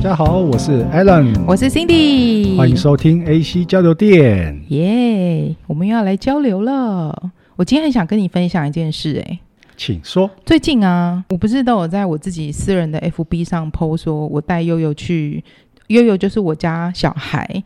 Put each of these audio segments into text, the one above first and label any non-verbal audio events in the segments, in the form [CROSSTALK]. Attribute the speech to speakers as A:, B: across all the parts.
A: 家好，我是 Alan，
B: 我是 Cindy，
A: 欢迎收听 AC 交流电。
B: 耶我们又要来交流了。我今天很想跟你分享一件事、哎，
A: 请说。
B: 最近啊，我不是都有在我自己私人的 FB 上 PO 说，我带悠悠去，悠悠就是我家小孩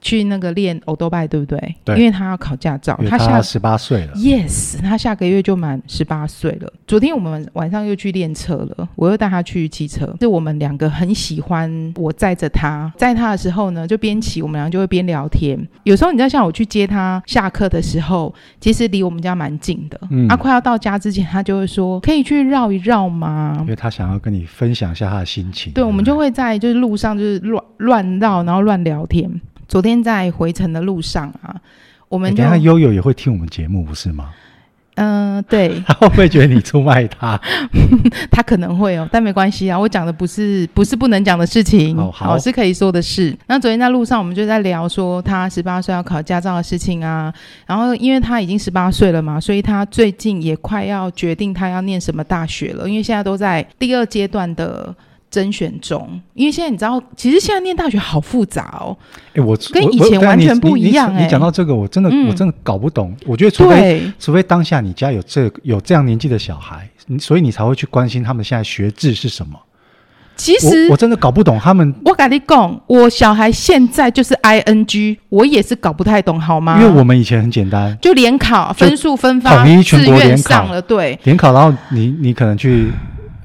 B: 去那个练欧多拜，对不对？
A: 对
B: 因为他要考驾照
A: 因，为
B: 下嗯
A: 他十八岁了，
B: Yes，他下个月就满十八岁了。昨天我们晚上又去练车了，我又带他去骑车。是我们两个很喜欢，我载着他，载他的时候呢，就边骑，我们俩就会边聊天。有时候你知道，像我去接他下课的时候，其实离我们家蛮近的。
A: 嗯
B: 啊，快要到家之前，他就会说：“可以去绕一绕吗
A: 因？”为他想要跟你分享一下他的心情。哎
B: 对，我
A: 不
B: 们就会在就是路上就是乱乱绕，然后乱聊天。昨天在回程的路上啊，我
A: 哎
B: 们就
A: 等一下悠悠也会听我们节目不是吗？ [LAUGHS]
B: 嗯、对。
A: 他会不会觉得你出卖
B: [LAUGHS]
A: 他？
B: 他可能会哦，但没关系啊。我讲的不是不是不能讲的事情，
A: 哦好
B: 是可以说的事。那昨天在路上，我们就在聊说他十八岁要考驾照的事情啊。然后因为他已经十八岁了嘛，所以他最近也快要决定他要念什么大学了，因为现在都在第二阶段的。甄选中，因为现在你知道，其实现在念大学好复杂哦。
A: 哎，我
B: 跟
A: 我
B: 以前
A: 我但
B: 完全
A: 你
B: 不
A: 你
B: 一样
A: 你你
B: 哎
A: 讲到这个，我真的
B: 嗯
A: 我真的搞不懂。我觉得除非
B: 对，
A: 除非当下你家有这有这样年纪的小孩，你所以你才会去关心他们现在学制是什么。
B: 其实
A: 我我真的搞不懂他们
B: 我跟你讲，我小孩现在就是 I N G，我也是搞不太懂，好吗？
A: 因为我们以前很简单，
B: 就联考
A: 就
B: 分数分发，
A: 统一全
B: 志
A: 国联
B: 愿
A: 考
B: 上了，对
A: 联考，然后你你可能去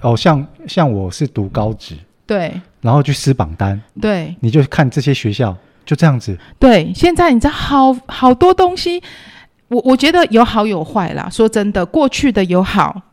A: 哦，像像我是读高职，
B: 对
A: 然后去撕榜单，
B: 对
A: 你就看这些学校，就这样子。
B: 对。现在你知道好好多东西，我我觉得有好有坏啦。说真的，过去的有好。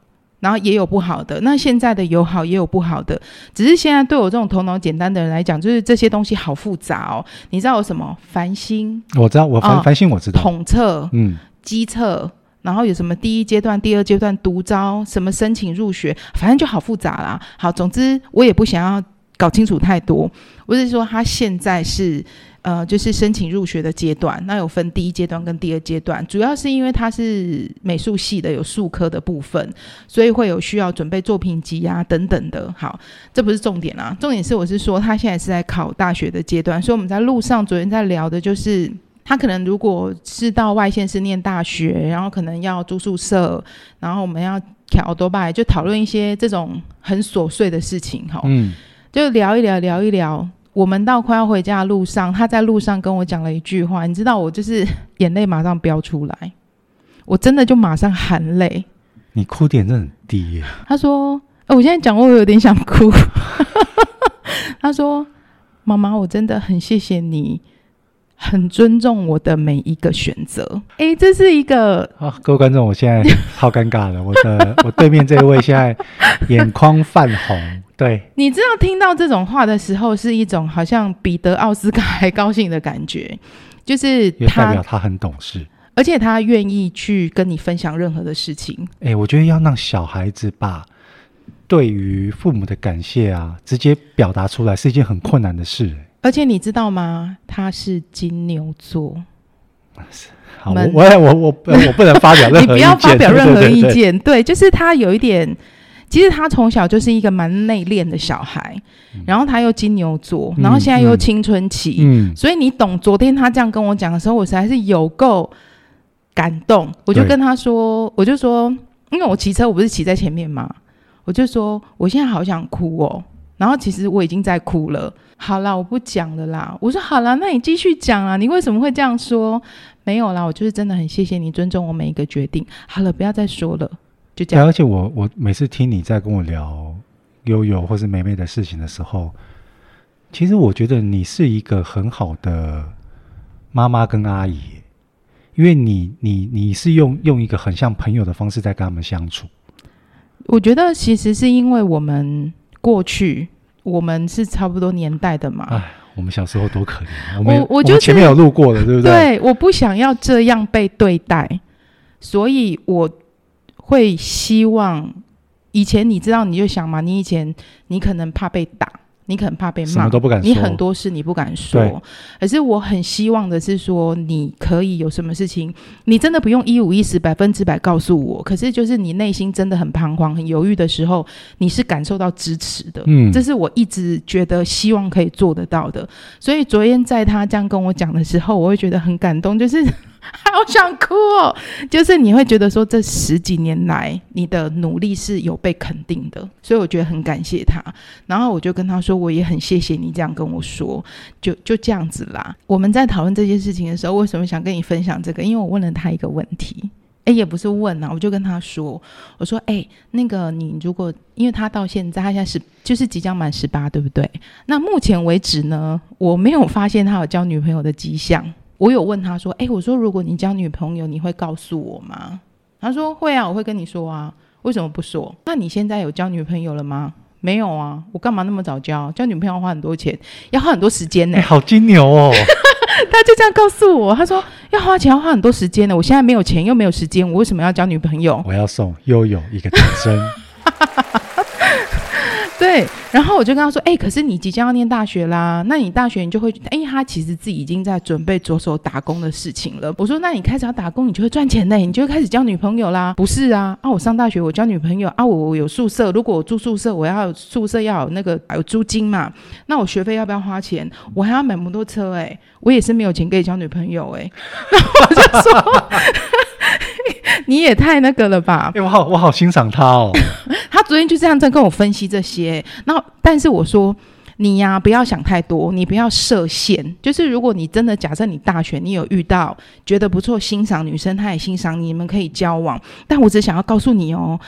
B: 然后也有不好的，那现在的有好也有不好的，只是现在对我这种头脑简单的人来讲，就是这些东西好复杂哦。你知道有什么繁星、
A: 我知道，我反
B: 哦
A: 反省我知道，
B: 统测、
A: 嗯，
B: 机测，然后有什么第一阶段、第二阶段独招，什么申请入学，反正就好复杂啦。好，总之我也不想要搞清楚太多，我是说他现在是。呃，就是申请入学的阶段，那有分第一阶段跟第二阶段，主要是因为它是美术系的，有术科的部分，所以会有需要准备作品集啊等等的。好，这不是重点啊，重点是我是说他现在是在考大学的阶段，所以我们在路上昨天在聊的就是他可能如果是到外县市念大学，然后可能要住宿舍，然后我们要调多拜，就讨论一些这种很琐碎的事情哈，
A: 嗯，
B: 就聊一聊，聊一聊。我们到快要回家的路上，他在路上跟我讲了一句话，你知道我就是眼泪马上飙出来，我真的就马上含泪。
A: 你哭点真的很低耶。
B: 他说：“哎、我现在讲我有点想哭。” [LAUGHS] 他说：“妈妈，我真的很谢谢你，很尊重我的每一个选择。”哎，这是一个
A: 啊，各位观众，我现在超尴尬了，我的 [LAUGHS] 我对面这位现在眼眶泛红，对，
B: 你知道听到这种话的时候，是一种好像比得奥斯卡还高兴的感觉，就是
A: 也代表
B: 他，
A: 他很懂事。
B: 而且他愿意去跟你分享任何的事情。
A: 哎，我觉得要让小孩子把对于父母的感谢啊，直接表达出来是一件很困难的事。
B: 而且你知道吗？他是金牛座，
A: 好，我
B: 们
A: 我我我呃
B: [LAUGHS]
A: 我不能发表任何意见，
B: 你不要发表
A: 对
B: 任何意。
A: 对对对
B: 见。对，就是他有一点，其实他从小就是一个蛮内敛的小孩，然后他又金牛座，然后现在又
A: 嗯
B: 青春期，
A: 嗯，
B: 所以你懂，昨天他这样跟我讲的时候，我实在是有够感动。我就
A: 对
B: 跟他说，我就说，因为我骑车，我不是骑在前面嘛，我就说我现在好想哭哦。然后其实我已经在哭了。好啦，我不讲了啦。我说好啦，那你继续讲啊。你为什么会这样说？没有啦，我就是真的很谢谢你尊重我每一个决定。好了，不要再说了，就这
A: 对，
B: 样。
A: 而且我我每次听你在跟我聊悠悠或是梅梅的事情的时候，其实我觉得你是一个很好的妈妈跟阿姨，因为你你你是用用一个很像朋友的方式在跟他们相处。
B: 我觉得其实是因为我们过去我们是差不多年代的嘛，
A: 哎，我们小时候多可怜啊，我们
B: 我就是
A: 们前面有路过的，对不对？
B: 我不想要这样被对待，所以我会希望以前你知道你就想嘛，你以前你可能怕被打，你可能怕被
A: 什
B: 骂
A: 么，都不敢说，
B: 你很多事你不敢
A: 对
B: 说，可是我很希望的是说，你可以有什么事情，你真的不用一五一十百分之百告诉我，可是就是你内心真的很彷徨、很犹豫的时候，你是感受到支持的。
A: 嗯，
B: 这是我一直觉得希望可以做得到的，所以昨天在他这样跟我讲的时候，我会觉得很感动，就是 [LAUGHS] 好想哭哦。就是你会觉得说，这十几年来你的努力是有被肯定的，所以我觉得很感谢他。然后我就跟他说，我也很谢谢你这样跟我说，就就这样子啦。我们在讨论这件事情的时候，为什么想跟你分享这个？因为我问了他一个问题。哎，也不是问啊，我就跟他说，我说，哎，那个你如果，因为他到现在，他现在是就是即将满十八，对不对？那目前为止呢，我没有发现他有交女朋友的迹象。我有问他说，哎，我说如果你交女朋友，你会告诉我吗？他说会啊，我会跟你说啊。为什么不说？那你现在有交女朋友了吗？没有啊，我干嘛那么早交？交女朋友要花很多钱，要花很多时间呢、
A: 哎、好金牛哦，
B: [LAUGHS] 他就这样告诉我，他说要花钱要花很多时间的，我现在没有钱又没有时间，我为什么要交女朋友？
A: 我要送悠悠一个掌
B: [LAUGHS]
A: 声。
B: 对，然后我就跟他说，哎、可是你即将要念大学啦，那你大学你就会，因为他其实自己已经在准备着手打工的事情了。我说，那你开始要打工，你就会赚钱嘞，你就会开始交女朋友啦。不是啊，啊，我上大学我交女朋友啊，我我有宿舍，如果我住宿舍，我要有宿舍要有那个哎有租金嘛，那啊我学费要不要花钱？我还要买摩托车、欸，哎，我也是没有钱可以交女朋友、欸，哎， [LAUGHS] 那我就说。 [LAUGHS] 你也太那个了吧
A: 哎、！我好，我好欣赏他哦。
B: 他昨天就这样在跟我分析这些，然后但是我说。你呀、不要想太多，你不要设限。就是如果你真的假设你大学你有遇到觉得不错、欣赏女生，她也欣赏你，你们可以交往。但我只想要告诉你哦，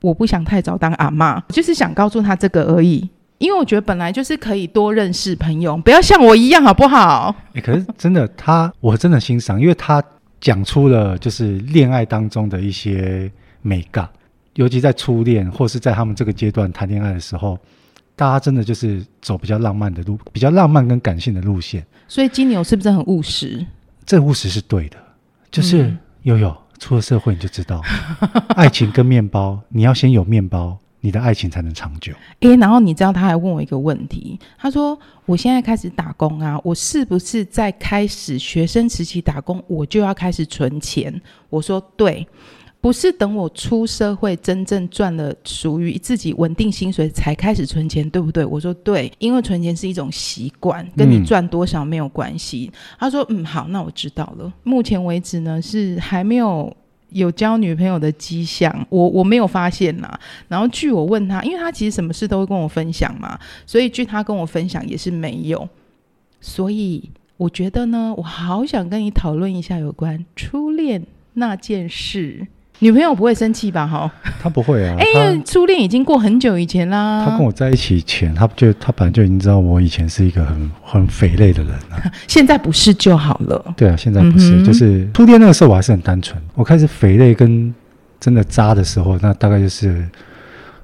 B: 我不想太早当阿妈，就是想告诉她这个而已。因为我觉得本来就是可以多认识朋友，不要像我一样，好不好？
A: 哎、可是真的他，我真的欣赏，因为他讲出了就是恋爱当中的一些美感，尤其在初恋或是在他们这个阶段谈恋爱的时候，大家真的就是走比较浪漫的路，比较浪漫跟感性的路线。
B: 所以金牛是不是很务实？
A: 这务实是对的，就是
B: 嗯
A: 悠悠出了社会你就知道， [LAUGHS] 爱情跟面包，你要先有面包，你的爱情才能长久。
B: 诶，然后你知道他还问我一个问题，他说：“我现在开始打工啊，我是不是在开始学生时期打工，我就要开始存钱？”我说：“对，不是等我出社会真正赚了属于自己稳定薪水才开始存钱，对不对？”我说：“对，因为存钱是一种习惯，跟你
A: 嗯
B: 赚多少没有关系。他说：“嗯，好，那我知道了。目前为止呢，是还没有。”有交女朋友的迹象，我我没有发现啊啦、然后据我问他，因为他其实什么事都会跟我分享嘛，所以据他跟我分享也是没有。所以我觉得呢，我好想跟你讨论一下有关初恋那件事。女朋友不会生气吧？哈，
A: 他不会啊，
B: 哎、因为初恋已经过很久以前啦。
A: 他他跟我在一起前，他就他本来就已经知道我以前是一个很很肥类的人啊。
B: 现在不是就好了。
A: 对啊，现在不是，
B: 嗯哼
A: 就是初恋那个时候我还是很单纯。我开始肥类跟真的渣的时候，那大概就是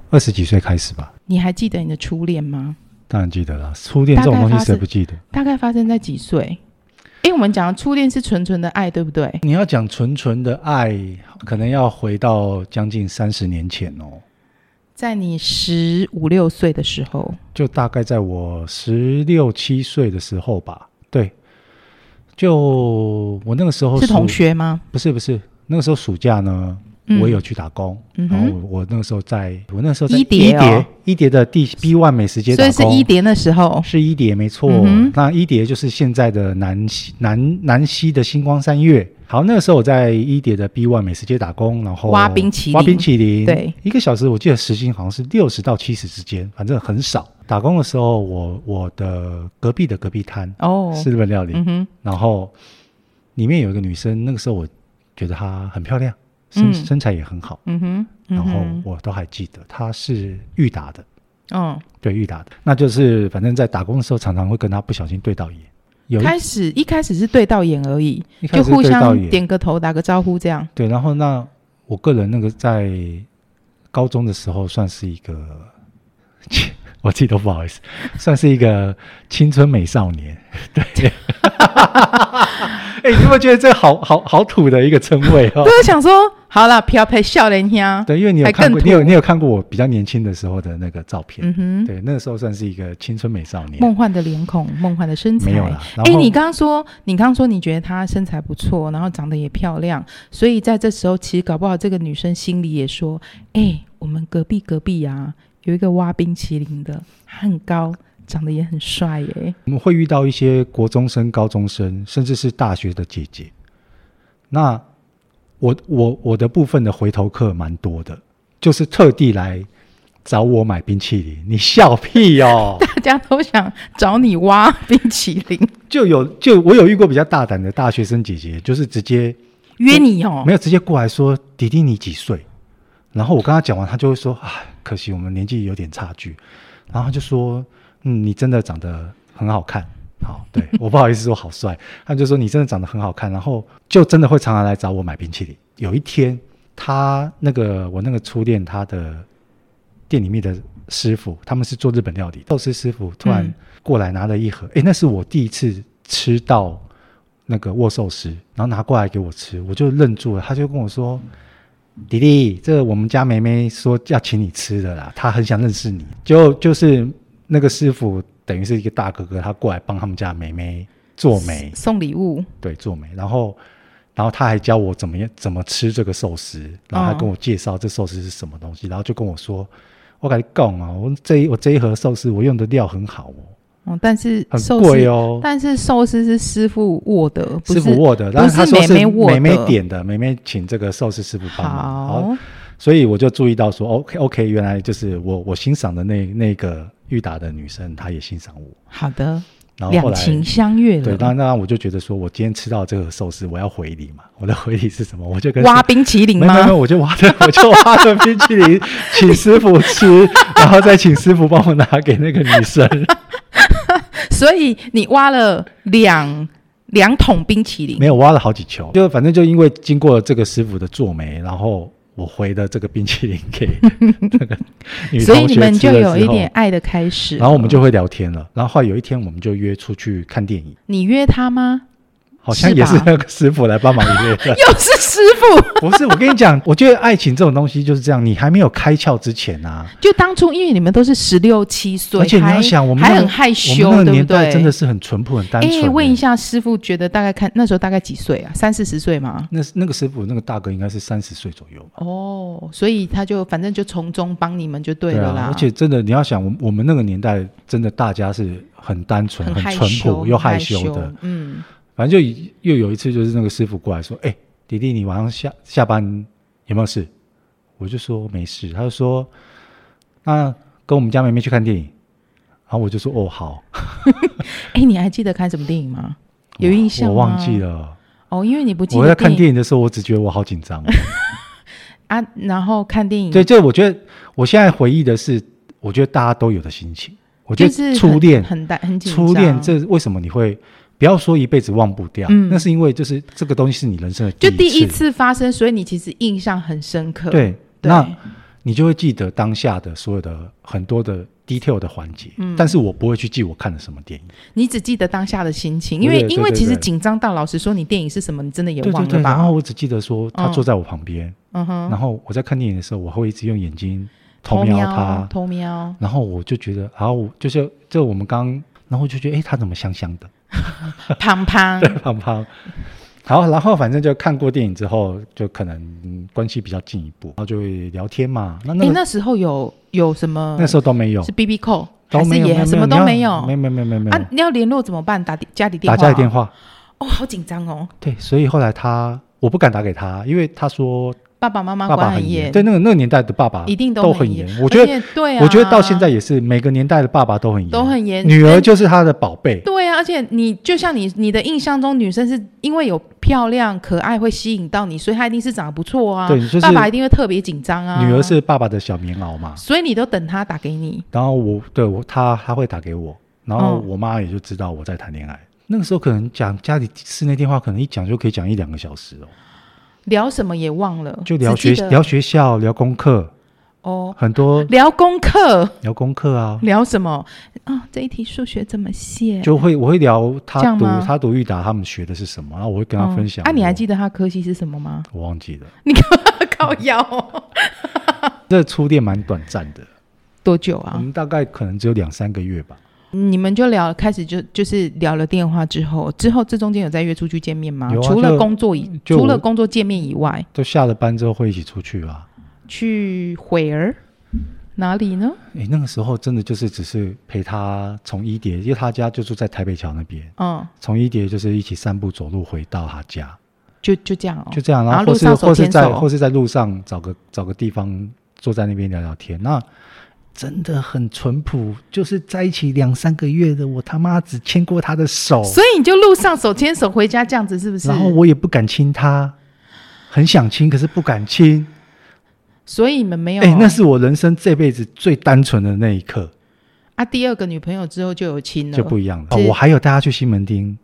A: 二十几岁开始吧。
B: 你还记得你的初恋吗？
A: 当然记得啦，初恋这种东西
B: 大概发
A: 谁
B: 生
A: 不记得？
B: 大概发生在几岁？因为我们讲初恋是纯纯的爱，对不对？
A: 你要讲纯纯的爱，可能要回到将近三十年前哦，
B: 在你十五六岁的时候，
A: 就大概在我十六七岁的时候吧。对，就我那个时候
B: 是
A: 暑
B: 同，学吗？
A: 不是不是，那个时候暑假呢，
B: 嗯
A: 我有去打工，
B: 嗯
A: 然
B: 哼
A: 后我我那个时候在，我那时候在
B: 一叠哦
A: 一叠的第 B One 美食街
B: 所
A: 打
B: 以
A: 工，
B: 是一叠那时候，
A: 是一叠没错。
B: 嗯哼
A: 那一叠就是现在的南西南南西的星光三月。好，那个时候我在一叠的 B One 美食街打工，然后
B: 挖冰淇淋
A: 挖冰淇淋，
B: 对，
A: 一个小时我记得时薪好像是六十到七十之间，反正很少。打工的时候，我我的隔壁的隔壁摊
B: 哦，
A: 是日本料理，
B: 嗯哼，
A: 然后里面有一个女生，那个时候我觉得她很漂亮，身、
B: 嗯
A: 身材也很好，
B: 嗯哼，嗯
A: 然后
B: 哼
A: 我都还记得她是裕达的，
B: 嗯，
A: 对裕达的，那就是反正在打工的时候常常会跟她不小心对到眼，有一
B: 开始一开始是对到眼而已，
A: 一开
B: 就
A: 始
B: 互
A: 对到
B: 相
A: 眼，
B: 点个头、打个招呼这样。
A: 对，然后那我个人那个在高中的时候算是一个。 [LAUGHS] 我自己都不好意思， [LAUGHS] 算是一个青春美少年。 [LAUGHS] 对，
B: [LAUGHS]
A: 哎、你有没有觉得这好好好土的一个称谓哦
B: 对，？我想说，好了，漂陪笑脸听。
A: 对，因为你有
B: 啊还
A: 看
B: 更
A: 过，
B: 土
A: 你有你有看过我比较年轻的时候的那个照片，
B: 嗯哼，
A: 对，那个时候算是一个青春美少年。
B: 梦幻的脸孔，梦幻的身材。
A: 没有啦。然
B: 哎、
A: 后
B: 你刚刚说，你刚刚说你觉得她身材不错，然后长得也漂亮，所以在这时候，其实搞不好这个女生心里也说，哎、我们隔壁隔壁啊，有一个挖冰淇淋的，他很高，长得也很帅耶、
A: 我们会遇到一些国中生、高中生，甚至是大学的姐姐。那我我我的部分的回头客蛮多的，就是特地来找我买冰淇淋。你笑屁哦！ [LAUGHS]
B: 大家都想找你挖冰淇淋，
A: 就有就我有遇过比较大胆的大学生姐姐，就是直接
B: [LAUGHS] 约你哦
A: 没。有直接过来说：“弟弟你几岁？”然后我跟他讲完，他就会说：“啊，可惜我们年纪有点差距。”然后他就说：“嗯，你真的长得很好看。”好，对我不好意思说好帅，他就说你真的长得很好看，然后就真的会常常来找我买冰淇淋。有一天，他那个我那个初恋，他的店里面的师傅，他们是做日本料理的，寿司师傅突然
B: 嗯
A: 过来拿了一盒，诶，那是我第一次吃到那个握寿司，然后拿过来给我吃，我就愣住了，他就跟我说：“迪迪，这我们家梅梅说要请你吃的啦，她很想认识你。就就是那个师傅，等于是一个大哥哥，他过来帮他们家梅梅做媒，
B: 送礼物，
A: 对，做媒。然后，然后他还教我怎么样怎么吃这个寿司，然后他
B: 哦
A: 跟我介绍这寿司是什么东西，然后就跟我说：“我跟你讲啊，我这一我这一盒寿司我用的料很好哦，
B: 哦，但是
A: 很
B: 寿司，
A: 贵哦。”
B: 但是寿司是师傅握的，不
A: 师
B: 是
A: 傅握的，
B: 不
A: 但他
B: 是
A: 说是
B: 妹妹握
A: 妹妹
B: 的
A: 点的，妹妹请这个寿司师傅帮忙。好
B: 好，
A: 所以我就注意到说，OK OK，原来就是我我欣赏的那那个裕达的女生，她也欣赏我。
B: 好的，
A: 然后后
B: 两
A: 来，
B: 情相悦
A: 对，
B: 了。
A: 当然当然我就觉得说，我今天吃到这个寿司，我要回礼嘛。 [LAUGHS] 我的回礼是什么？我就跟
B: 挖冰淇淋
A: 没没没，
B: 吗？
A: 我就挖的 [LAUGHS] 我就挖的冰淇淋， [LAUGHS] 请师傅吃，然后再请师傅帮我拿给那个女生。
B: 所以你挖了两两桶冰淇淋
A: 没，有挖了好几球，就反正就因为经过这个师傅的做媒，然后我回的这个冰淇淋给
B: [LAUGHS]
A: 那个女
B: 所以
A: 同
B: 你
A: 学
B: 们
A: 吃
B: 就
A: 了
B: 有
A: 之
B: 一
A: 后
B: 点，爱的开始。
A: 然后我们就会聊天了。然后后来有一天，我们就约出去看电影，
B: 你约他
A: [LAUGHS]
B: 吗？
A: 好像
B: 是
A: 也是
B: 吧
A: 那个师傅来帮忙约
B: [LAUGHS]
A: 的。
B: 又是师傅，
A: 不是，我跟你讲，我觉得爱情这种东西就是这样，你还没有开窍之前啊，
B: 就当初因为你们都是十六七岁，
A: 而且你要
B: 还
A: 想我们
B: 还
A: 那个
B: 很害羞
A: 我，们那个
B: 对
A: 年
B: 不
A: 代
B: 对？
A: 真的是很淳朴、很单纯
B: 哎，
A: 的。
B: 问一下师傅，觉得大概看那时候大概几岁啊？三四十岁吗？
A: 那那个师傅，那个大哥应该是三十岁左右吧。
B: 哦，所以他就反正就从中帮你们就对了
A: 啊，
B: 啦。
A: 而且真的，你要想，我们我们那个年代，真的大家是很单纯、
B: 很
A: 很
B: 害
A: 淳
B: 羞
A: 朴又害
B: 羞
A: 羞的。，
B: 嗯，
A: 反正就一又有一次，就是那个师傅过来说：“哎、迪迪，你晚上下下班有没有事？”我就说没事，他就说：“那跟我们家妹妹去看电影。”然后我就说：“哦，好。
B: 哎，你还记得看什么电影吗？有
A: 哇
B: 印象
A: 我忘
B: 吗
A: 记了。
B: 哦，因为你不记得
A: 我在看
B: 电
A: 电影的时候，我只觉得我好紧张哦。
B: 啊，然后看电影
A: 对，这我觉得我现在回忆的是，我觉得大家都有的心情。我觉
B: 就是
A: 得初
B: 很
A: 恋
B: 很大很紧张。
A: 初恋，这为什么你会不要说一辈子忘不掉？
B: 嗯
A: 那是因为就是这个东西是你人生的
B: 就
A: 第
B: 第一
A: 次，
B: 次发生，所以你其实印象很深刻。
A: 对，
B: 对
A: 那你就会记得当下的所有的很多的 detail 的环节。
B: 嗯
A: 但是我不会去记我看了什么电影，
B: 你只记得当下的心情，因为
A: 对对
B: 因为
A: 对
B: 其实
A: 对
B: 紧张到老实说，你电影是什么，你真的也
A: 对
B: 忘
A: 对
B: 了
A: 对。然
B: 吧？
A: 后我只记得说他坐在我旁边，
B: 嗯哼，
A: 然后我在看电影的时候，我会一直用眼睛
B: 偷
A: 偷瞄他，
B: 偷瞄，
A: 然后我就觉得，然后我就是这我们刚，然后我就觉得，哎，他怎么香香的？
B: 胖
A: [LAUGHS]
B: 胖，
A: 胖胖。好，然后反正就看过电影之后，就可能、嗯关系比较进一步，然后就会聊天嘛。那那
B: 你
A: 个、
B: 那时候有有什么？
A: 那时候都没有
B: 是，B B 扣还
A: 都没
B: 是
A: 有，没
B: 也
A: 有
B: 什么
A: 没
B: 都
A: 有
B: 没有
A: 没有没有没有没有没有
B: 啊？你要联络怎么办？打家里电
A: 打
B: 话？
A: 家里电话。
B: 哦，好紧张哦，
A: 对，所以后来他我不敢打给他，因为他说
B: 爸爸妈妈
A: 爸爸
B: 管
A: 很
B: 很
A: 严，对那个那个年代的爸爸
B: 一定
A: 都
B: 很
A: 很严。我觉得、
B: 而且对啊，
A: 我觉得到现在也是每个年代的爸爸都很严，
B: 都很严，
A: 女
B: 但
A: 儿就是他的宝贝。
B: 对啊，而且你就像你你的印象中，女生是因为有漂亮可爱会吸引到你，所以她一定是长得不错啊。
A: 对就是
B: 爸爸一定会特别紧张啊。
A: 女儿，是爸爸的小棉袄嘛，
B: 所以你都等她打给你。
A: 然后我对我他他会打给我，然后
B: 嗯
A: 我妈也就知道我在谈恋爱。那个时候可能讲家里室内电话，可能一讲就可以讲一两个小时哦，
B: 聊什么也忘了，
A: 就聊
B: 只
A: 学
B: 记得
A: 聊学校、聊功课，
B: 哦，
A: 很多
B: 聊功课，
A: 聊功课
B: [LAUGHS]
A: 啊，
B: 聊什么啊、这一题数学怎么写？
A: 就会我会聊
B: 这
A: 他
B: 样
A: 读
B: 吗
A: 他读裕达他们学的是什么，然后我会跟他分享。
B: 哦啊，你还
A: 我
B: 记得他科系是什么吗？
A: 我忘记了，
B: [LAUGHS] 靠腰、哦、
A: 这初恋蛮短暂的，
B: 多久
A: 我
B: 啊？
A: 们大概可能只有两三个月吧。
B: 你们就聊，开始就就是聊了电话之后，之后这中间有再约出去见面吗？
A: 有啊
B: 除了
A: 就
B: 工作以
A: 就
B: 除了
A: 我
B: 工作见面以外，
A: 就下了班之后会一起出去啊。
B: 去惠儿哪里呢？
A: 诶，那个时候真的就是只是陪他从一叠，因为他家就住在台北桥那边，
B: 嗯，
A: 从一叠就是一起散步走路回到他家，
B: 就就这样哦。
A: 就这样，
B: 然后
A: 后或
B: 路
A: 是
B: 上手
A: 或是
B: 牵
A: 在
B: 手
A: 或是在路上找个找个地方坐在那边聊聊天。那真的很淳朴，就是在一起两三个月的，我他妈只牵过他的手，
B: 所以你就路上手牵手回家这样子，是不
A: 哦
B: 是？
A: 然后我也不敢亲他，很想亲，可是不敢亲。
B: 所以你们没有
A: 哎、那是我人生这辈子最单纯的那一刻，
B: 啊，第二个女朋友之后就有亲了，
A: 就不一样了。哦
B: 是
A: 我还有带他去西门町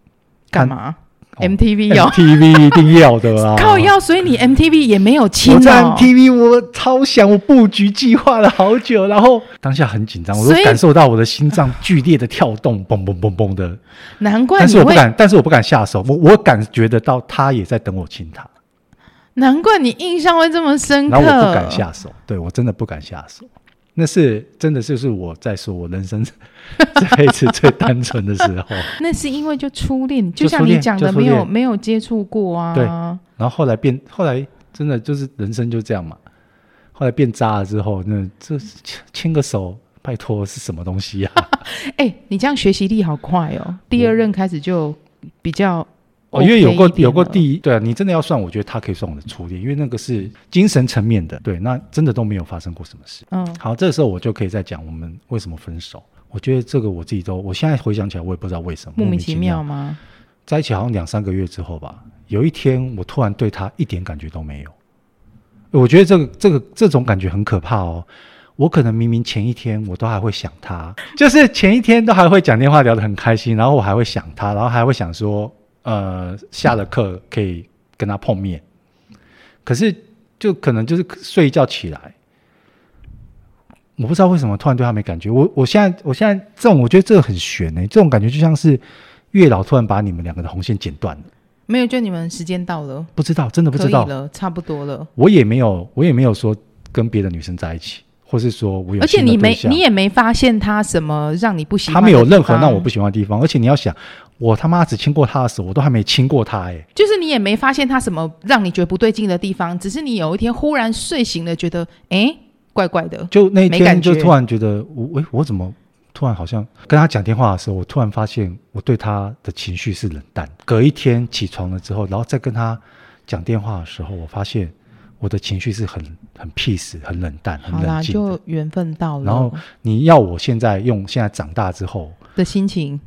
B: 干嘛、
A: 哦
B: m t v 有、
A: MTV 一定要的啊！
B: [LAUGHS] 靠腰，所以你 MTV 也没有亲
A: 我在
B: 哦。
A: MTV 我超想，我布局计划了好久，然后当下很紧张，我都
B: 所以
A: 感受到我的心脏剧烈的跳动，嘣嘣嘣嘣的。
B: 难怪
A: 但
B: 你
A: 是我不
B: 会，
A: 敢，但是我不敢下手，我我感觉得到他也在等我亲他，
B: 难怪你印象会这么深刻。
A: 然后我不敢下手，对我真的不敢下手。那是真的，就是我在说我人生 [LAUGHS] 这辈子最单纯的时候。
B: 那是因为就初恋，就
A: 就
B: 像
A: 初
B: 你
A: 恋
B: 讲的，
A: 就初
B: 没有
A: 恋
B: 没有接触过啊。
A: 对然后后来变，后来真的就是人生就这样嘛。后来变渣了之后，那这牵牵个手，拜托是什么东西啊呀、
B: 哎、你这样学习力好快哦！第二任开始就比较、
A: 嗯哦，因为有过有过
B: 一点
A: 第一，对啊，你真的要算，我觉得他可以算我的初恋，因为那个是精神层面的，对，那真的都没有发生过什么事。
B: 了，嗯，
A: 好，这个时候我就可以再讲我们为什么分手。我觉得这个我自己都，我现在回想起来，我也不知道为什么
B: 莫名
A: 其
B: 其妙吗？
A: 在一起好像两三个月之后吧，有一天我突然对他一点感觉都没有。我觉得这个这个这种感觉很可怕哦。我可能明明前一天我都还会想他，就是前一天都还会讲电话聊得很开心，然后我还会想他，然后还会想说，呃，下了课可以跟他碰面。可是就可能就是睡一觉起来，我不知道为什么突然对他没感觉。我我现在我现在这种我觉得这个很悬呢、这种感觉就像是月老突然把你们两个的红线剪断了，
B: 没有，就你们时间到了，
A: 不知道真的不
B: 可
A: 知
B: 以
A: 道。
B: 了，差不多了。
A: 我也没有我也没有说跟别的女生在一起，或是说我有
B: 而且
A: 新的
B: 你没
A: 对，象
B: 你也没发现他什么让你不喜欢
A: 他
B: 的
A: 没
B: 地
A: 有
B: 方，
A: 任何让我不喜欢的地方。而且你要想，我他妈只亲过他的手，我都还没亲过他哎、
B: 就是你也没发现他什么让你觉得不对劲的地方，只是你有一天忽然睡醒了，觉得诶怪怪的，
A: 就那一
B: 没
A: 天
B: 感觉
A: 就突然觉得我诶，我怎么突然好像跟他讲电话的时候，我突然发现我对他的情绪是冷淡。隔一天起床了之后，然后再跟他讲电话的时候，我发现我的情绪是很很 peace、很冷淡、很
B: 好啦，
A: 冷静的。
B: 就缘分到了。
A: 然后你要我现在用现在长大之后
B: 的心情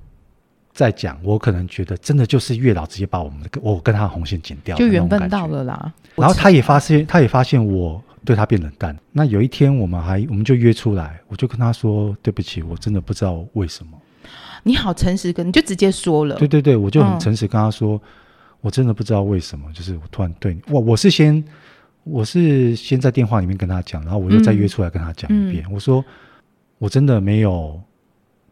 A: 再讲，我可能觉得真的就是月老直接把我们的我跟他的红线剪掉，
B: 就缘分到。了啦。
A: 然后他也发现，他也发现我对他变冷淡。那有一天，我们还我们就约出来，我就跟他说：“对不起，我真的不知道为什么。
B: 你好诚实跟你就直接说了
A: 对，对对，我就很
B: 嗯
A: 诚实跟他说，我真的不知道为什么，就是我突然对你，我我是先我是先在电话里面跟他讲，然后我又再
B: 嗯
A: 约出来跟他讲一遍，我说我真的没有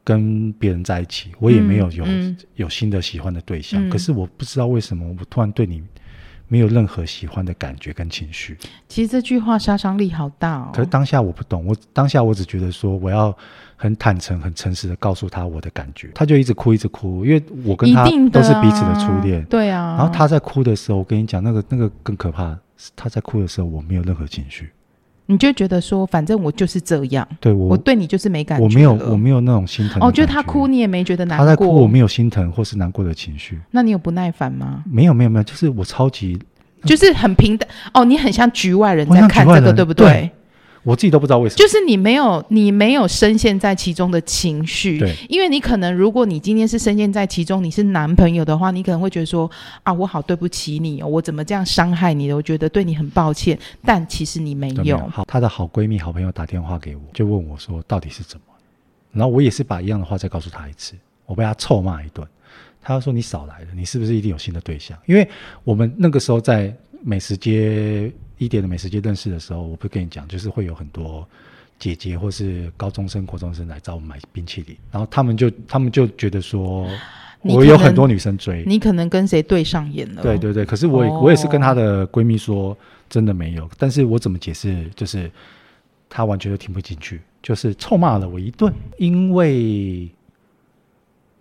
A: 跟别人在一起，我也没有
B: 嗯
A: 有、
B: 嗯
A: 有新的喜欢的对象，
B: 嗯
A: 可是我不知道为什么我突然对你没有任何喜欢的感觉跟情绪。
B: 其实这句话杀伤力好大哦。
A: 可是当下我不懂，我当下我只觉得说我要很坦诚、很诚实的告诉他我的感觉，他就一直哭，一直哭，因为我跟
B: 一
A: 他
B: 定的
A: 都是
B: 啊
A: 彼此的初恋。
B: 对啊。
A: 然后他在哭的时候，我跟你讲，那个那个更可怕，是他在哭的时候我没有任何情绪，
B: 你就觉得说，反正我就是这样，
A: 对
B: 我
A: 我
B: 对你就是没感觉
A: 我
B: 了。
A: 没有我没有那种心疼的感觉。
B: 哦，就是他哭你也没觉得难
A: 他
B: 过，
A: 在哭，我没有心疼或是难过的情绪，
B: 那你有不耐烦吗？
A: 没有没有没有，就是我超级
B: 就是很平淡哦，你很像局外人
A: 我
B: 在
A: 像
B: 看
A: 局外
B: 这个，
A: 人
B: 对不
A: 对我自己都不知道为什么。
B: 就是你没有，你没有深陷在其中的情绪，
A: 对，
B: 因为你可能，如果你今天是深陷在其中，你是男朋友的话，你可能会觉得说啊，我好对不起你哦，我怎么这样伤害你的？我觉得对你很抱歉，但其实你没
A: 都没
B: 有
A: 有。好，她的好闺蜜、好朋友打电话给我，就问我说到底是怎么了。然后我也是把一样的话再告诉她一次，我被她臭骂一顿。她说你少来了，你是不是一定有新的对象？因为我们那个时候在美食街一点的美食街认识的时候，我不跟你讲，就是会有很多姐姐或是高中生、国中生来找我买冰淇淋，然后他们就他们就觉得 [LAUGHS] 说，
B: 你
A: 我
B: 可
A: 有
B: 能
A: 很多女生追，
B: 你可能跟谁对上眼了？哦
A: 对对对，可是我也、我也是跟她的闺蜜说，真的没有，但是我怎么解释，就是她完全就听不进去，就是臭骂了我一顿，因为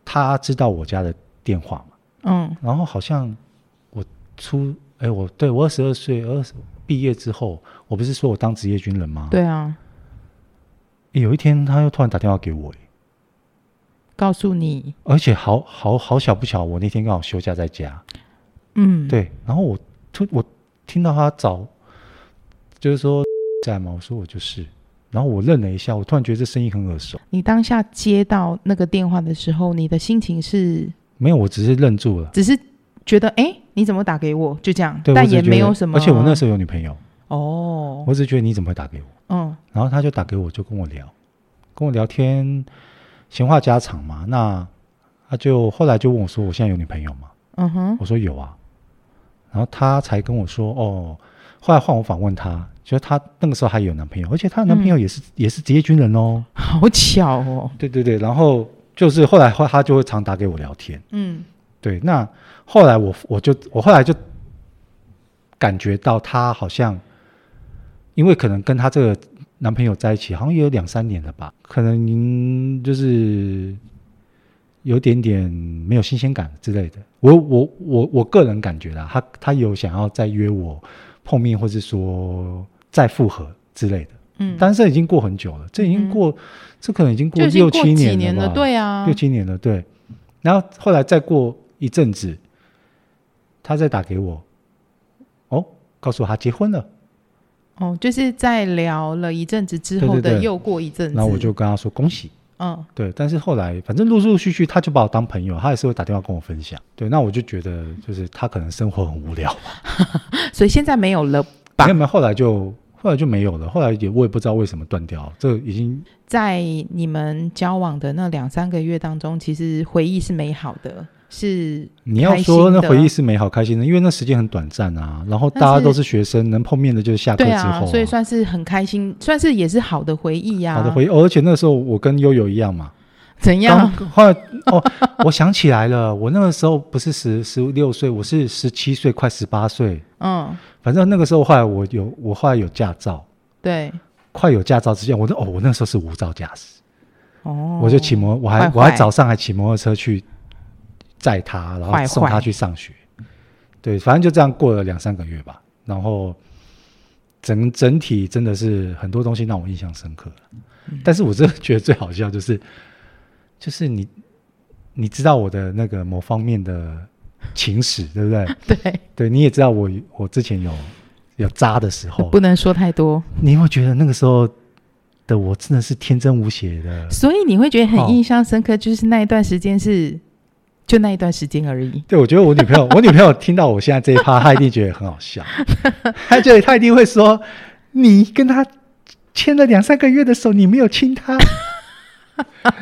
A: 她知道我家的电话嘛，
B: 嗯
A: 然后好像我出哎、我对我二十二岁二十毕业之后，我不是说我当职业军人吗？
B: 对啊，
A: 诶有一天她又突然打电话给我、诶
B: 告诉你，
A: 而且好好好巧不巧，我那天刚好休假在家，
B: 嗯，，
A: 对，然后我突我听到他找，就是说在吗？我说我就是，然后我愣了一下，我突然觉得这声音很耳熟，
B: 你当下接到那个电话的时候，你的心情是
A: 没有，我只是愣住了。
B: 只是觉得，哎，你怎么打给我？就这样，
A: 对，我
B: 但
A: 只是
B: 也
A: 觉
B: 没
A: 得
B: 有什么。
A: 而且我那时候有女朋友，
B: 候哦，
A: 我只是觉得你怎么会打给我？
B: 嗯
A: 然后他就打给我，就跟我聊，跟我聊天，闲话家常嘛。那他就后来就问我说：“我现在有女朋友吗
B: 嗯？”哼，
A: 我说：“有啊。”然后他才跟我说：“哦。”后来换我访问他，就是他那个时候还有男朋友，而且她的男朋
B: 嗯
A: 友也是、也是职业军人哦。
B: 好巧哦，
A: 对对对，然后就是后来后他就会常打给我聊天。
B: 嗯
A: 对，那后来我我就我后来就感觉到他好像，因为可能跟她这个男朋友在一起好像也有两三年了吧，可能您就是有点点没有新鲜感之类的。我我我我个人感觉啦，他他有想要再约我碰面，或是说再复合之类的。
B: 嗯，
A: 但是这已经过很久了，这已经过，这可能已经过
B: 就已经
A: 六
B: 过
A: 七
B: 几
A: 年
B: 年
A: 了吧，
B: 对啊
A: 六，七年了，对。然后后来再过一阵子，他再打给我，哦，告诉我他结婚了，
B: 哦，就是在聊了一阵子之后
A: 对对
B: 的
A: 对
B: 又过一阵子，
A: 然后我就跟他说恭喜，
B: 嗯
A: 对。但是后来反正陆陆续续，他就把我当朋友，他也是会打电话跟我分享，对。那我就觉得就是他可能生活很无聊，
B: 所以现在没有了吧
A: 没有没有，后来就后来就没有了，后来也我也不知道为什么断掉，这已经
B: 在你们交往的那两三个月当中，其实回忆是美好的，是
A: 你要
B: 开
A: 说
B: 心
A: 那
B: 的
A: 回忆是美好开心的，因为那时间很短暂啊，然后
B: 但
A: 大家
B: 是
A: 都是学生，能碰面的就是下课
B: 对
A: 之后、
B: 啊，所以算是啊很开心，算是也是好的回忆呀、
A: 好的回忆、哦而且那时候我跟悠悠一样嘛，
B: 怎
A: 刚
B: 嗯样？
A: 后来哦， [LAUGHS] 我想起来了，我那个时候不是十十六岁，我是十七岁，快十八岁，
B: 嗯，
A: 反正那个时候后来我有我后来有驾照，
B: 对，
A: 快有驾照之前，我那哦我那时候是无照驾驶，
B: 哦，
A: 我就骑摩我还
B: 坏坏
A: 我还早上还骑摩托车去载他，然
B: 坏坏
A: 后送他去上学。对，反正就这样过了两三个月吧。然后整整体真的是很多东西让我印象深刻。
B: 嗯
A: 但是我真的觉得最好笑就是，就是你你知道我的那个某方面的情史，对
B: [LAUGHS]
A: 不对？
B: 对，
A: 对，你也知道我我之前有有渣的时候
B: [LAUGHS] 不，能说太多，
A: 你有没有觉得那个时候的我真的是天真无邪的？
B: 所以你会觉得
A: 哦
B: 很印象深刻，就是那一段时间是就那一段时间而已。
A: 对，我觉得我女朋友，我女朋友听到我现在这一趴，她一定觉得很好笑，她觉得她一定会说，你跟他牵了两三个月的手，你没有亲他，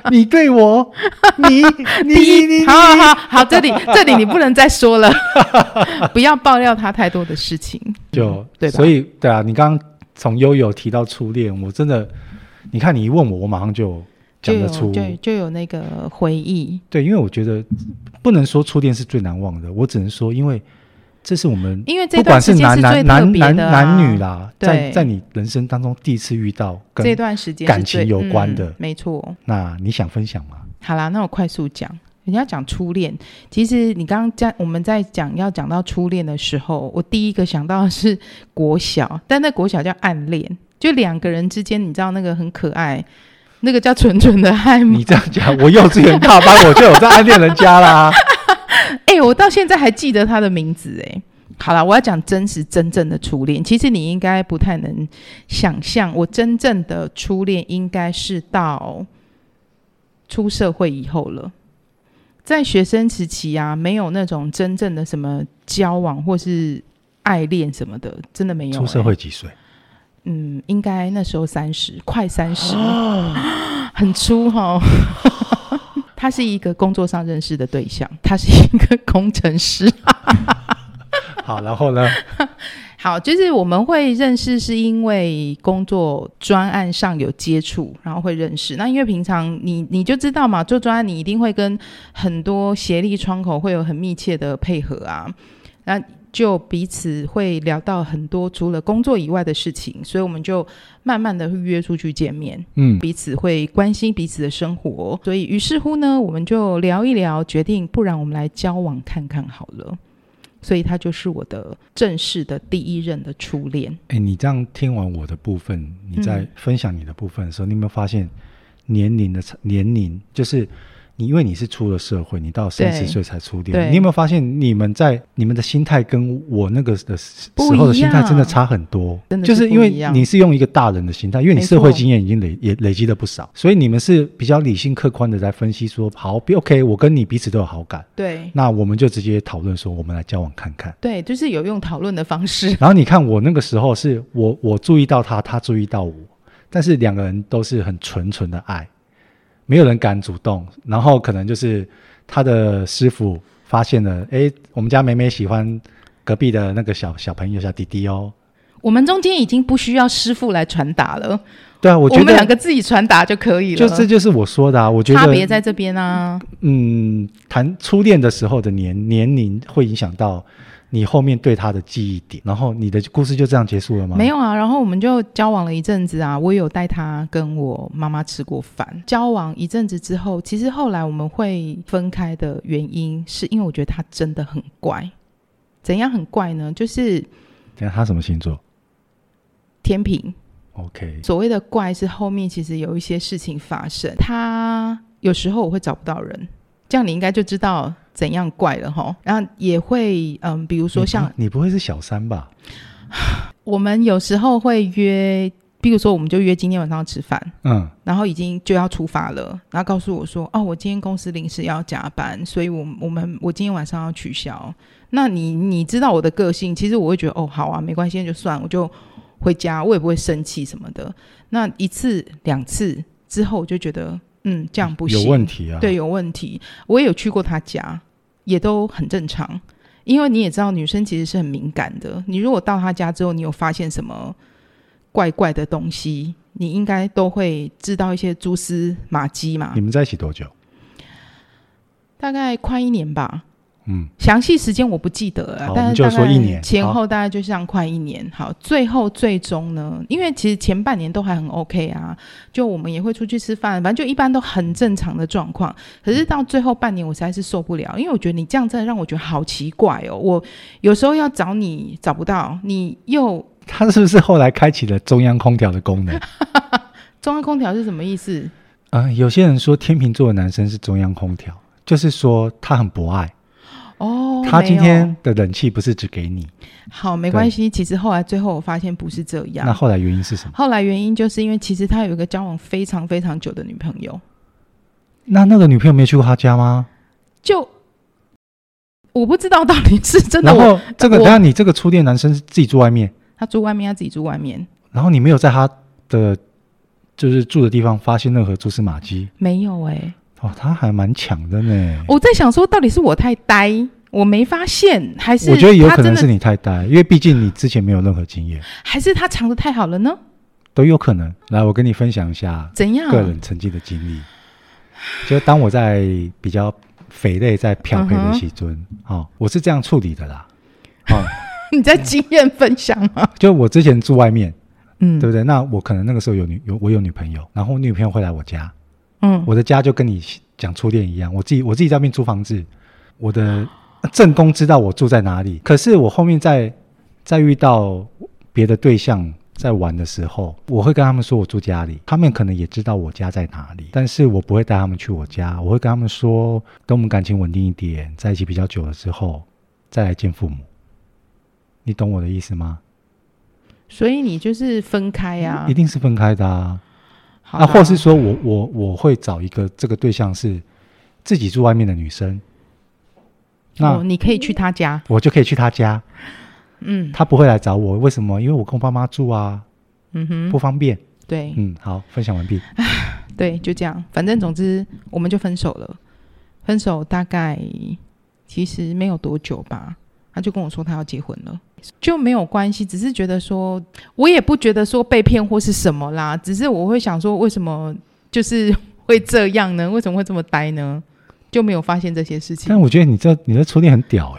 A: 你对我，你你你
B: 第
A: 你
B: 一，好好好好，这里这里你不能再说了， [LAUGHS] 不要爆料他太多的事情。
A: 就
B: 对吧
A: 所以对啊，你刚刚从悠悠提到初恋，我真的，你看你一问我，我马上就
B: 就
A: 讲
B: 有
A: 得出，
B: 就就有那个回忆，
A: 对，因为我觉得不能说初恋是最难忘的，我只能说，因为这是我们
B: 因为
A: 不
B: 这
A: 管
B: 段
A: 是
B: 时间
A: 男
B: 是
A: 男
B: 最特
A: 男
B: 别
A: 男
B: 的啊、
A: 男女啦，在
B: 对
A: 在你人生当中第一次遇到
B: 这
A: 跟
B: 段时间是
A: 感情
B: 最
A: 有关的
B: 嗯没错。
A: 那你想分享吗？
B: 好啦，那我快速讲。人家讲初恋，其实你刚刚在我们在讲要讲到初恋的时候，我第一个想到的是国小，但那国小叫暗恋，就两个人之间，你知道那个很可爱，那个叫纯纯的爱吗
A: 你？这样讲，我幼稚园大班我就有在暗恋人家啦。
B: 哎、我到现在还记得他的名字哎、好了，我要讲真实真正的初恋。其实你应该不太能想象，我真正的初恋应该是到出社会以后了。在学生时期啊，没有那种真正的什么交往或是爱恋什么的，真的没有、
A: 出社
B: 哎
A: 会几岁？
B: 嗯，应该那时候三十，快三十，
A: 啊
B: [LAUGHS] 很粗哈、哦。他是一个工作上认识的对象，他是一个工程师。
A: 好，然后呢？
B: 好，就是我们会认识，是因为工作专案上有接触，然后会认识。那因为平常你你就知道嘛，做专案你一定会跟很多协力窗口会有很密切的配合啊，那就彼此会聊到很多除了工作以外的事情，所以我们就慢慢的约出去见面。
A: 嗯，
B: 彼此会关心彼此的生活，所以于是乎呢，我们就聊一聊，决定不然我们来交往看看好了。所以他就是我的正式的第一任的初恋。
A: 哎，你这样听完我的部分，你在
B: 嗯
A: 分享你的部分的时候，你有没有发现年龄的差年龄就是？你因为你是出了社会，你到三十
B: 对
A: 岁才初恋，
B: 对
A: 你有没有发现你们在你们的心态跟我那个的时
B: 不
A: 时候的
B: 一
A: 心态真的
B: 样
A: 差很多？
B: 真的
A: 就是是
B: 不
A: 因为
B: 一样
A: 你是用一个大人的心态，因为你
B: 没
A: 社会
B: 错
A: 经验已经累也累积了不少，所以你们是比较理性客观的在分析说，好比，OK，我跟你彼此都有好感，
B: 对
A: 那我们就直接讨论说，我们来交往看看。
B: 对，就是有用讨论的方式。 [LAUGHS]
A: 然后你看我那个时候是我我注意到他，他注意到我，但是两个人都是很纯纯的爱，没有人敢主动。然后可能就是他的师傅发现了，诶，我们家梅梅喜欢隔壁的那个小小朋友小弟弟哦。
B: 我们中间已经不需要师傅来传达了，
A: 对啊，我觉
B: 们两
A: 得
B: 个自己传达就可以了。
A: 就这就是我说的啊，我觉
B: 差别
A: 得
B: 在这边啊。
A: 嗯，谈初恋的时候的年年龄会影响到你后面对他的记忆点。然后你的故事就这样结束了吗？
B: 没有啊，然后我们就交往了一阵子啊，我也有带他跟我妈妈吃过饭。交往一阵子之后，其实后来我们会分开的原因，是因为我觉得他真的很怪。怎样很怪呢？就是
A: 等一下他什么星座
B: 天平。
A: ？OK，
B: 所谓的怪是后面其实有一些事情发生，他有时候我会找不到人，这样你应该就知道怎样怪了吼。然后也会嗯，比如说像
A: 你不你不会是小三吧？
B: 我们有时候会约，比如说我们就约今天晚上要吃饭，
A: 嗯，
B: 然后已经就要出发了，然后告诉我说：“哦，我今天公司临时要加班，所以我我们我今天晚上要取消。”那你你知道我的个性，其实我会觉得哦，好啊，没关系，那就算，我就回家，我也不会生气什么的。那一次两次之后，我就觉得嗯，这样不行，
A: 有问题啊。
B: 对，，有问题。我也有去过他家，也都很正常，因为你也知道，女生其实是很敏感的。你如果到他家之后，你有发现什么怪怪的东西，你应该都会知道一些蛛丝马迹嘛
A: 你。们在一起多久？
B: 大概快一年吧，
A: 嗯，
B: 详细时间我不记得了
A: 好，我
B: 但
A: 们
B: 是
A: 就
B: 大
A: 说
B: 概
A: 一年
B: 前
A: 好
B: 后大概就像快一年。好，最后最终呢，因为其实前半年都还很 OK 啊，就我们也会出去吃饭，反正就一般都很正常的状况。可是到最后半年，我实在是受不了，因为我觉得你这样真的让我觉得好奇怪哦。我有时候要找你找不到，你又
A: 他是不是后来开启了中央空调的功能？ [LAUGHS]
B: 中央空调是什么意思？
A: 嗯、有些人说天秤座的男生是中央空调，就是说他很博爱，
B: 哦，
A: 他
B: 没
A: 今
B: 有
A: 天的冷气不是只给你。
B: 好没
A: 对
B: 关系。其实后来最后我发现不是这样
A: 那，后来原因是什么？
B: 后来原因就是因为其实他有一个交往非常非常久的女朋友，
A: 那那个女朋友没去过他家吗？
B: 就我不知道到底是真的
A: 然
B: 我，
A: 后这个，
B: 我
A: 等下你这个初恋男生是自己住外面，
B: 他住外面，他自己住外面，
A: 然后你没有在他的就是住的地方发现任何蛛丝马迹。
B: 没有哎、
A: 哦，他还蛮强的呢。
B: 我在想说，到底是我太呆，我没发现，还是
A: 我觉得有
B: 他
A: 可能
B: 真的
A: 是你太呆，因为毕竟你之前没有任何经验。
B: 还是他藏的太好了呢？
A: 都有可能。来，我跟你分享一下
B: 怎样？
A: 个人曾经的经历。就当我在比较肥累、在漂配
B: 嗯
A: 的时尊，哦，我是这样处理的啦。哦，
B: [LAUGHS]
A: [LAUGHS]
B: 你在经验分享吗？
A: 就我之前住外面，[LAUGHS]
B: 嗯，
A: 对不对？那我可能那个时候有女有我有女朋友，然后我女朋友会来我家，
B: 嗯，
A: 我的家就跟你讲初恋一样，我自己我自己在外面租房子，我的正宫知道我住在哪里，可是我后面在在遇到别的对象在玩的时候，我会跟他们说我住家里，他们可能也知道我家在哪里，但是我不会带他们去我家，我会跟他们说，等我们感情稳定一点，在一起比较久了之后再来见父母，你懂我的意思吗？
B: 所以你就是分开呀、
A: 一定是分开的啊。
B: 好
A: 啊，
B: 啦
A: 或是说我我我会找一个这个对象是自己住外面的女生，
B: 哦
A: 那
B: 你可以去他家，
A: 我就可以去她家，
B: 嗯
A: 她不会来找我，为什么？因为我跟我爸妈住啊，
B: 嗯哼，
A: 不方便。
B: 对
A: 嗯，好，分享完毕。
B: 对，就这样，反正总之我们就分手了，分手大概其实没有多久吧。他就跟我说他要结婚了，就没有关系，只是觉得说，我也不觉得说被骗或是什么啦，只是我会想说，为什么就是 [LAUGHS] 会这样呢？为什么会这么呆呢？就没有发现这些事情
A: 但。我觉得你这你的初恋很屌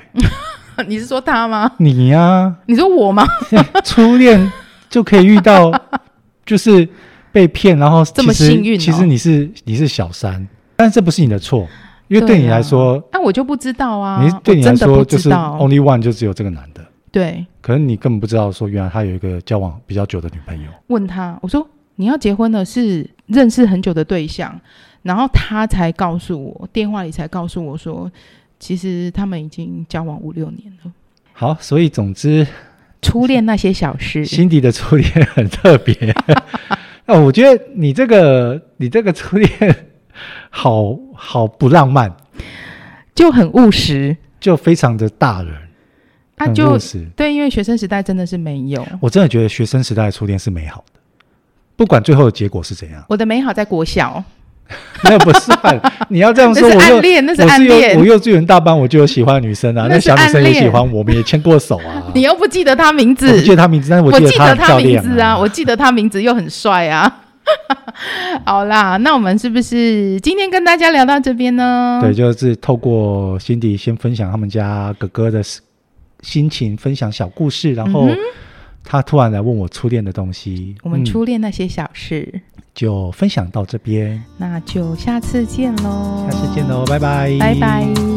A: 哎、
B: [LAUGHS] 你是说他吗？
A: 你呀、 [LAUGHS]
B: 你说我吗？ [LAUGHS]
A: 初恋就可以遇到， [LAUGHS] 就是被骗，然后
B: 这么
A: 其实
B: 幸运哦
A: 其实你是你是小三，但这不是你的错，因为对
B: 对
A: 你来
B: 啊
A: 说，
B: 那、我就不知道啊，
A: 你对你来
B: 我真的
A: 说
B: 不
A: 就是哦
B: 知道。
A: only one 就只有这个男的，
B: 对，
A: 可能你根本不知道说原来他有一个交往比较久的女朋友。
B: 问他，我说你要结婚了，是认识很久的对象，然后他才告诉我，电话里才告诉我说，其实他们已经交往五六年了。
A: 好，所以总之，
B: 初恋那些小事，
A: 辛迪的初恋很特别。 [LAUGHS] 那我觉得你这个你这个初恋好好不浪漫，
B: 就很务实。
A: 就非常的大人，
B: 他、
A: 很
B: 就
A: 务实
B: 对，因为学生时代真的是没有
A: 我真的觉得学生时代的初恋是美好的，不管最后的结果是怎样， [LAUGHS]
B: 我的美好在国小，
A: 那不算。你要这样
B: 那
A: 说，
B: 是
A: 我
B: 暗
A: 又
B: 恋，那是
A: 我
B: 暗
A: 是幼我
B: 恋。
A: 幼稚园大班我就有喜欢的女生啊，那
B: 那是
A: 小女生也
B: 暗恋
A: 喜欢我，我们也牵过手啊。
B: 你又不记得他名
A: 我不
B: 字
A: 记，得她名字，但是
B: 哦我
A: 记得她
B: 得
A: 很漂
B: 他名
A: 亮
B: 字啊，我记得他名字又很帅啊。 [LAUGHS] 好啦，那我们是不是今天跟大家聊到这边呢？
A: 对，就是透过辛迪先分享他们家哥哥的事心情，分享小故事，然后
B: 嗯哼
A: 他突然来问我初恋的东西，
B: 我们
A: 嗯
B: 初恋那些小事，
A: 就分享到这边，
B: 那就下次见喽，
A: 下次见喽，拜拜，
B: 拜拜。